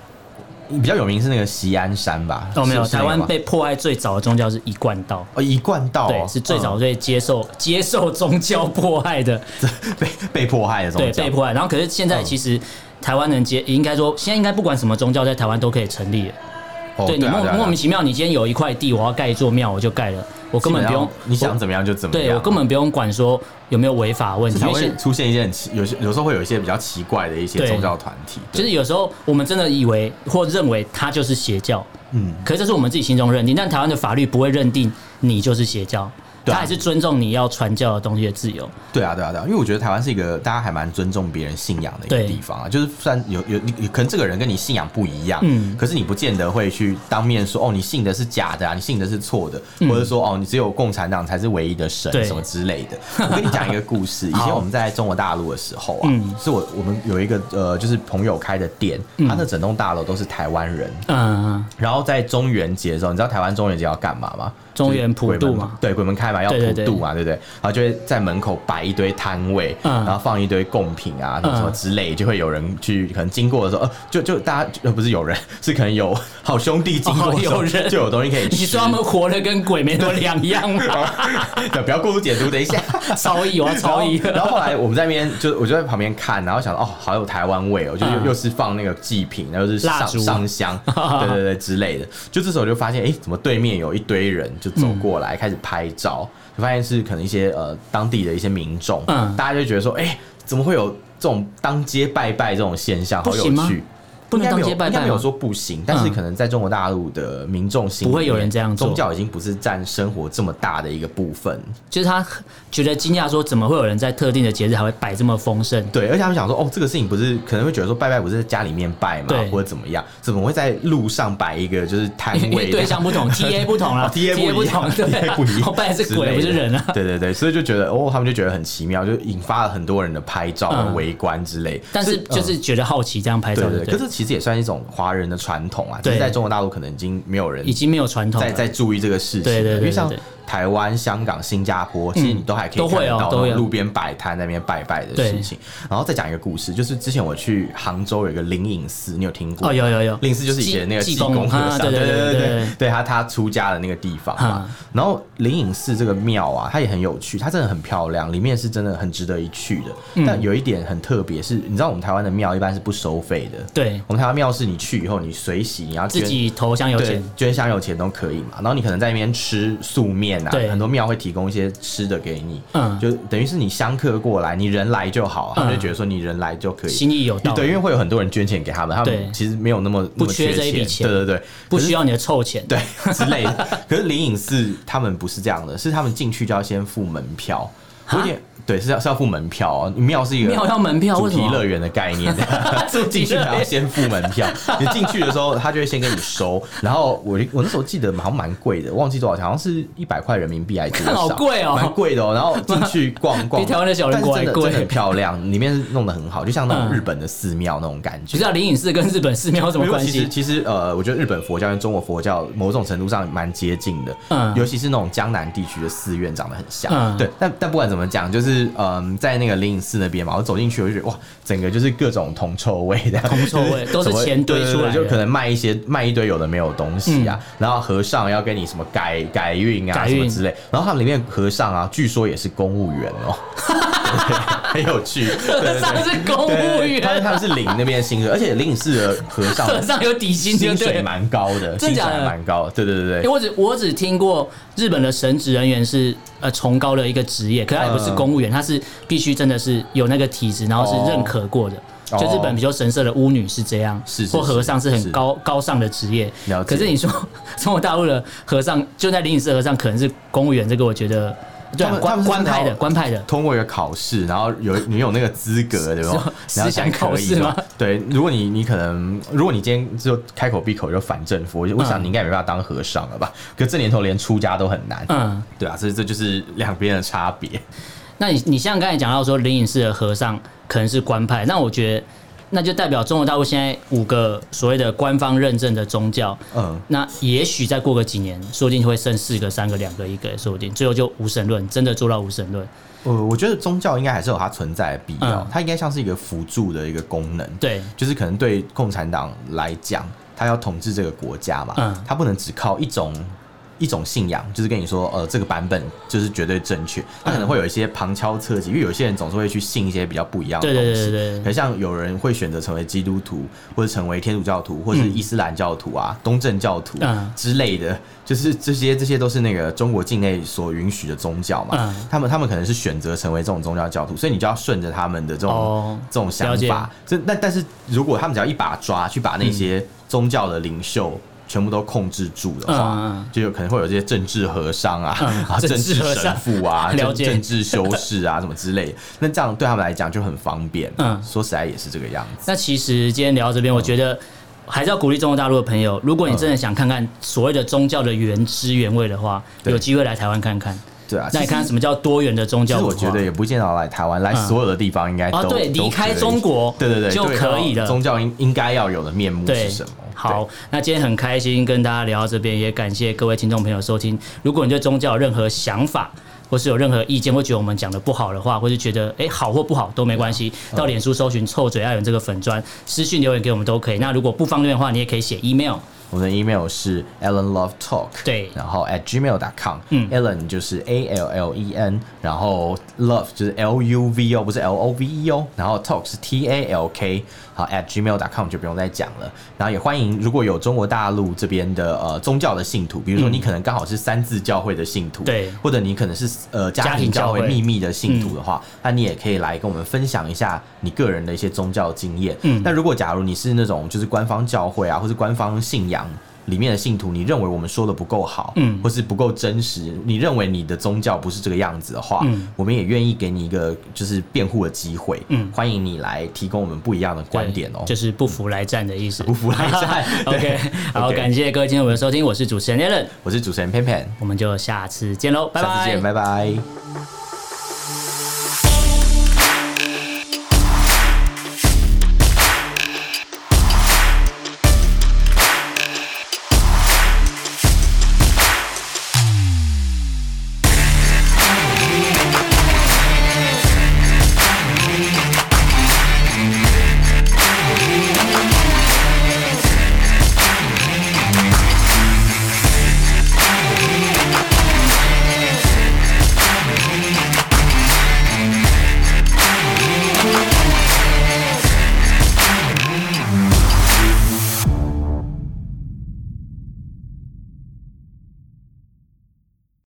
A: 比较有名是那个西安山吧？
B: 哦，没有，
A: 是是那
B: 台
A: 个吗
B: 湾被迫害最早的宗教是一贯道，
A: 哦一贯道哦
B: 对，是最早被接受 [laughs] 接受宗教迫害 [laughs] 的，
A: 嗯被 [laughs] 被迫害的宗
B: 对，
A: 教，
B: 被迫害。然后可是现在其实台湾人接，应该说现在应该不管什么宗教，在台湾都可以成立了。
A: 哦
B: 对你
A: 啊
B: 莫
A: 啊
B: 莫名其妙，你今天有一块地，我要盖一座庙，我就盖了，我根本不用
A: 基本上，你想怎么样就怎么样，
B: 对我根本不用管说有没有违法问题，
A: 才
B: 因为
A: 会
B: 现
A: 出现一些很奇，有些有时候会有一些比较奇怪的一些
B: 对
A: 宗教团体，
B: 就是有时候我们真的以为或认为它就是邪教，
A: 嗯，
B: 可是这是我们自己心中认定，但台湾的法律不会认定你就是邪教，
A: 对
B: 他
A: 啊
B: 还是尊重你要传教的东西的自由。
A: 对啊，对啊，对啊，因为我觉得台湾是一个大家还蛮尊重别人信仰的一
B: 对
A: 个地方啊，就是虽然有有你你可能这个人跟你信仰不一样，
B: 嗯
A: 可是你不见得会去当面说哦，你信的是假的啊，你信的是错的，或者说哦，你只有共产党才是唯一的神
B: 嗯对
A: 什么之类的。我跟你讲一个故事，以前我们在中国大陆的时候啊，
B: 嗯
A: 是我我们有一个呃，就是朋友开的店，他那整栋大楼都是台湾人，
B: 嗯，
A: 然后在中元节的时候，你知道台湾中元节要干嘛吗？
B: 中元普渡嘛
A: 就是鬼门对，鬼门开嘛，要
B: 对对
A: 普渡嘛，对不对？然后就会在门口摆一堆摊位，
B: 嗯
A: 然后放一堆贡品啊，什么什么之类，就会有人去，可能经过的时候，呃，就就大家呃不是有人， [laughs] 是可能有好兄弟经过的时候
B: 哦有人
A: 就有东西可以吃。
B: 你说他们活的跟鬼没有两样吗？
A: [laughs] 对，不要过度解读，等一下。
B: 超意，我要超意。
A: 然后然后后来我们在那边，就我就在旁边看，然后想哦，好有台湾味哦，就又,、
B: 嗯
A: 又是放那个祭品，然后又是
B: 蜡
A: 上
B: 烛
A: 上
B: [laughs]
A: 香，对对对之类的。就这时候我就发现，哎，怎么对面有一堆人就走
B: 嗯
A: 过来、开始拍照，就发现是可能一些呃当地的一些民众，
B: 嗯
A: 大家就觉得说，哎，怎么会有这种当街拜拜这种现象，好
B: 不
A: 有
B: 行吗
A: 趣。
B: 不能
A: 应该没有
B: 当街拜拜
A: 应该没有
B: 吗嗯
A: 说不行，但是可能在中国大陆的民众心里
B: 不会有人
A: 面
B: 这样做
A: 宗教已经不是占生活这么大的一个部分，
B: 就是他觉得惊讶，说怎么会有人在特定的节日还会摆这么丰盛？
A: 对，而且他们想说，哦，这个事情不是可能会觉得说拜拜不是在家里面拜嘛
B: 对，
A: 或者怎么样，怎么会在路上摆一个就是摊
B: 因为
A: 位？
B: [laughs] 对象不
A: [laughs]
B: 同，TA 不同啦
A: 哦
B: 啊
A: TA
B: 不
A: 不一
B: 同
A: 样， [laughs]
B: 对啊，
A: ，TA 不一样，
B: 我拜的是鬼，
A: 之类
B: 不
A: 的
B: 是人
A: [laughs]
B: 啊。
A: 对对对，所以就觉得哦，他们就觉得很奇妙，就引发了很多人的拍照、啊
B: 嗯
A: 围观之类。
B: 但是
A: 所以嗯
B: 就。是觉得好奇，这样拍
A: 对
B: 照
A: 对对，
B: 对不
A: 可
B: 对？
A: 是其实也算一种华人的传统啊，就是
B: 对
A: 在中国大陆可能已经没有人
B: 已经没有传统
A: 在
B: 了，
A: 在注意这个事情，啊
B: 嗯对对对
A: 因为像
B: 对对
A: 台湾、香港、新加坡，其实你都还可
B: 都
A: 以看
B: 会
A: 得
B: 哦
A: 到那
B: 都有
A: 种路边摆摊那边拜拜的事情。然后再讲一个故事，就是之前我去杭州有一个灵隐寺，你有听过？
B: 哦，有有有，
A: 灵寺就是以前那个
B: 济
A: 济
B: 公
A: 公和
B: 啊
A: 尚，
B: 对
A: 对
B: 对对
A: 对
B: 对
A: 对
B: 对，
A: 对他他出家的那个地方嘛
B: 啊。
A: 然后灵隐寺这个庙啊，它也很有趣，它真的很漂亮，里面是真的很值得一去的。
B: 嗯
A: 但有一点很特别是，你知道我们台湾的庙一般是不收费的，
B: 对，
A: 我们台湾庙是你去以后你随喜，你要
B: 自
A: 捐
B: 己投香油
A: 对
B: 钱，，
A: 捐香油钱都可以嘛。然后你可能在那边吃素面啊，
B: 对
A: 很多庙会提供一些吃的给你，
B: 嗯
A: 就等于是你香客过来，你人来就好，他们就觉得说你人来就可以。
B: 心意有道，
A: 对，因为会有很多人捐钱给他们，他
B: 对
A: 们其实没有那么那
B: 不
A: 么
B: 缺
A: 缺
B: 这一笔钱
A: 钱，对对对，
B: 不
A: 可是
B: 需要你的臭钱，
A: 对之类的。 [laughs] 可是灵隐寺他们不是这样的，是他们进去就要先付门票，有点对，是要是要付门票哦。庙是一个
B: 庙要门票，
A: 主
B: 为什
A: 题乐
B: 么？
A: 园的概
B: [laughs]
A: 念， [laughs]
B: 主题
A: 进去
B: 乐园
A: 还要先付门
B: [laughs]
A: 票。你进去的时候，他就会先跟你收。然后我我那时候记得好像蛮贵的，忘记多少钱，好像是一百块人民币还是多少，
B: [laughs] 好贵哦
A: 蛮贵的哦。然后进去逛逛，
B: 比台湾的小人国还
A: 但是真的
B: 贵
A: 真的很漂亮，里面弄得很好，就像那
B: 嗯
A: 种日本的寺庙那种感
B: 不
A: 觉
B: 知。道啊灵隐寺跟日本寺庙有什么
A: 因为
B: 关
A: 其实
B: 系？
A: 其实呃，我觉得日本佛教跟中国佛教某种程度上蛮接近的，
B: 嗯
A: 尤其是那种江南地区的寺院长得很像，
B: 嗯
A: 对。但但不管怎么讲，就是嗯、在那个灵隐寺那边嘛，我走进去我就觉得哇，整个就是各种铜臭味的，
B: 铜臭
A: [laughs]
B: 味
A: 就
B: 都是
A: 什么
B: 钱堆
A: 对对对
B: 出来的嗯
A: 就可能卖一些卖一堆有的没有东西啊，然后和尚要跟你什么改改运啊
B: 改
A: 什
B: 运
A: 么之类，然后他们里面和尚啊，据说也是公务员哦、 [laughs] 很有趣。对对
B: [laughs] 上
A: 对。
B: 是公务
A: 对，
B: 员，
A: 他们他们是领那边的薪水，而且领事的和尚
B: [laughs] 和尚有底薪就
A: 薪
B: 对
A: 水
B: 了。
A: 蛮高的，薪水
B: 真的假的
A: 还蛮高的，对对对对
B: 因为我只我只听过日本的神职人员是呃崇高的一个职业，可他也不是公务员，他是必须真的是有那个体质，然后是认可过的。
A: 哦
B: 就日本比较神社的巫女是这样，
A: 是是
B: 或和尚是
A: 是
B: 很高高尚的职业
A: 了。解
B: 可是你说 [laughs] 中国大陆的和尚，就在灵隐寺和尚可能是公务员，这个我觉得对啊
A: 他们他
B: 官
A: 们是
B: 官派
A: 真的
B: 的
A: 要
B: 官派的。
A: 通过一个考试，然后有你有那个资格，对吧？
B: [laughs] 思
A: 然后
B: 想
A: 才可
B: 考
A: 以
B: 试吗
A: 嘛？对，如果你你可能，如果你今天就开口闭口就反政府，我
B: 嗯
A: 我想你应该也没办法当和尚了吧？可这年头连出家都很难，
B: 嗯，
A: 对啊，所以这就是两边的差别。
B: 那你你像刚才讲到说灵隐寺的和尚可能是官派，那我觉得那就代表中国大陆现在五个所谓的官方认证的宗教，
A: 嗯，
B: 那也许再过个几年，说不定会剩四个、三个、两个、一个，也说不定最后就无神论，真的做到无神论。
A: 呃，我觉得宗教应该还是有它存在的必要，
B: 嗯
A: 它应该像是一个辅助的一个功能，
B: 对，
A: 就是可能对共产党来讲，他要统治这个国家嘛，
B: 嗯
A: 他不能只靠一种。一种信仰就是跟你说，呃，这个版本就是绝对正确，他可能会有一些旁敲侧击，因为有些人总是会去信一些比较不一样的
B: 对
A: 东西。
B: 对对对对
A: 可像有人会选择成为基督徒，或者成为天主教徒，或是伊斯兰教徒啊、东正教徒
B: 嗯
A: 之类的，就是这些这些都是那个中国境内所允许的宗教嘛。
B: 嗯
A: 他们他们可能是选择成为这种宗教教徒，所以你就要顺着他们的这种、
B: 哦
A: 这种想
B: 了解嗯
A: 法。这但但是如果他们只要一把抓去把那些宗教的领袖全部都控制住的话，
B: 嗯嗯
A: 就有可能会有这些政治和尚啊、[laughs]
B: 嗯
A: 啊政
B: 政
A: 治
B: 治和
A: 神
B: 尚
A: 父啊、
B: [laughs] 了
A: 政
B: 解
A: 政治修士啊什么之类的， [laughs] 那这样对他们来讲就很方便。嗯，
B: 嗯
A: 说实在也是这个样子。
B: 那其实今天聊到这边，我觉得还是要鼓励中国大陆的朋友，如果你真的想看看所谓的宗教的原汁原味的话，
A: 对
B: 有机会来台湾看看。
A: 对啊，其
B: 那你
A: 实
B: 看看什么叫多元的宗
A: 其
B: 教
A: 实
B: 文
A: 我
B: 化？
A: 觉得也不见得要来台湾，来
B: 嗯
A: 所有的地方应该都、
B: 啊，对，
A: 都
B: 离开
A: 可以
B: 中，国，
A: 对对对，
B: 就
A: 对哦
B: 可以了。
A: 宗教应应该要有的面目
B: 对，
A: 是什么？
B: 好，那今天很开心跟大家聊到这边，也感谢各位听众朋友收听。如果你对宗教有任何想法，或是有任何意见，或觉得我们讲的不好的话，或是觉得诶好或不好都没关系，到脸书搜寻“臭嘴爱人”这个粉砖，私信留言给我们都可以。那如果不方便的话，你也可以写 email。
A: 我们的 email 是 allenlovetalk，
B: 对
A: 然后 at gmail.com，
B: 嗯
A: ，allen 就是 a l l e n，然后 love 就是 l u v o，不是 l o v e o，然后 talk 是 t a l k，好 at gmail.com 就不用再讲了。然后也欢迎，如果有中国大陆这边的呃宗教的信徒，比如说你可能刚好是三字教会的信徒，
B: 对
A: 或者你可能是呃家
B: 家
A: 庭
B: 庭
A: 教
B: 教
A: 会
B: 会
A: 秘密的信徒的话，
B: 嗯
A: 那你也可以来跟我们分享一下你个人的一些宗教经验。嗯，那如果假如你是那种就是官方教会啊，或是官方信仰。里面的信徒，你认为我们说的不够好，嗯，或是不够真实，你认为你的宗教不是这个样子的话，
B: 嗯
A: 我们也愿意给你一个就是辩护的机会，嗯，欢迎你来提供我们不一样的观点哦、
B: 就是不服来战的意思。
A: 不服来战对
B: [laughs] OK，好
A: OK
B: 感谢各位听众朋友收听，我是主持人 Allen，
A: 我是主持人偏偏，
B: 我们就下次见喽，拜拜。
A: 下次见，拜拜。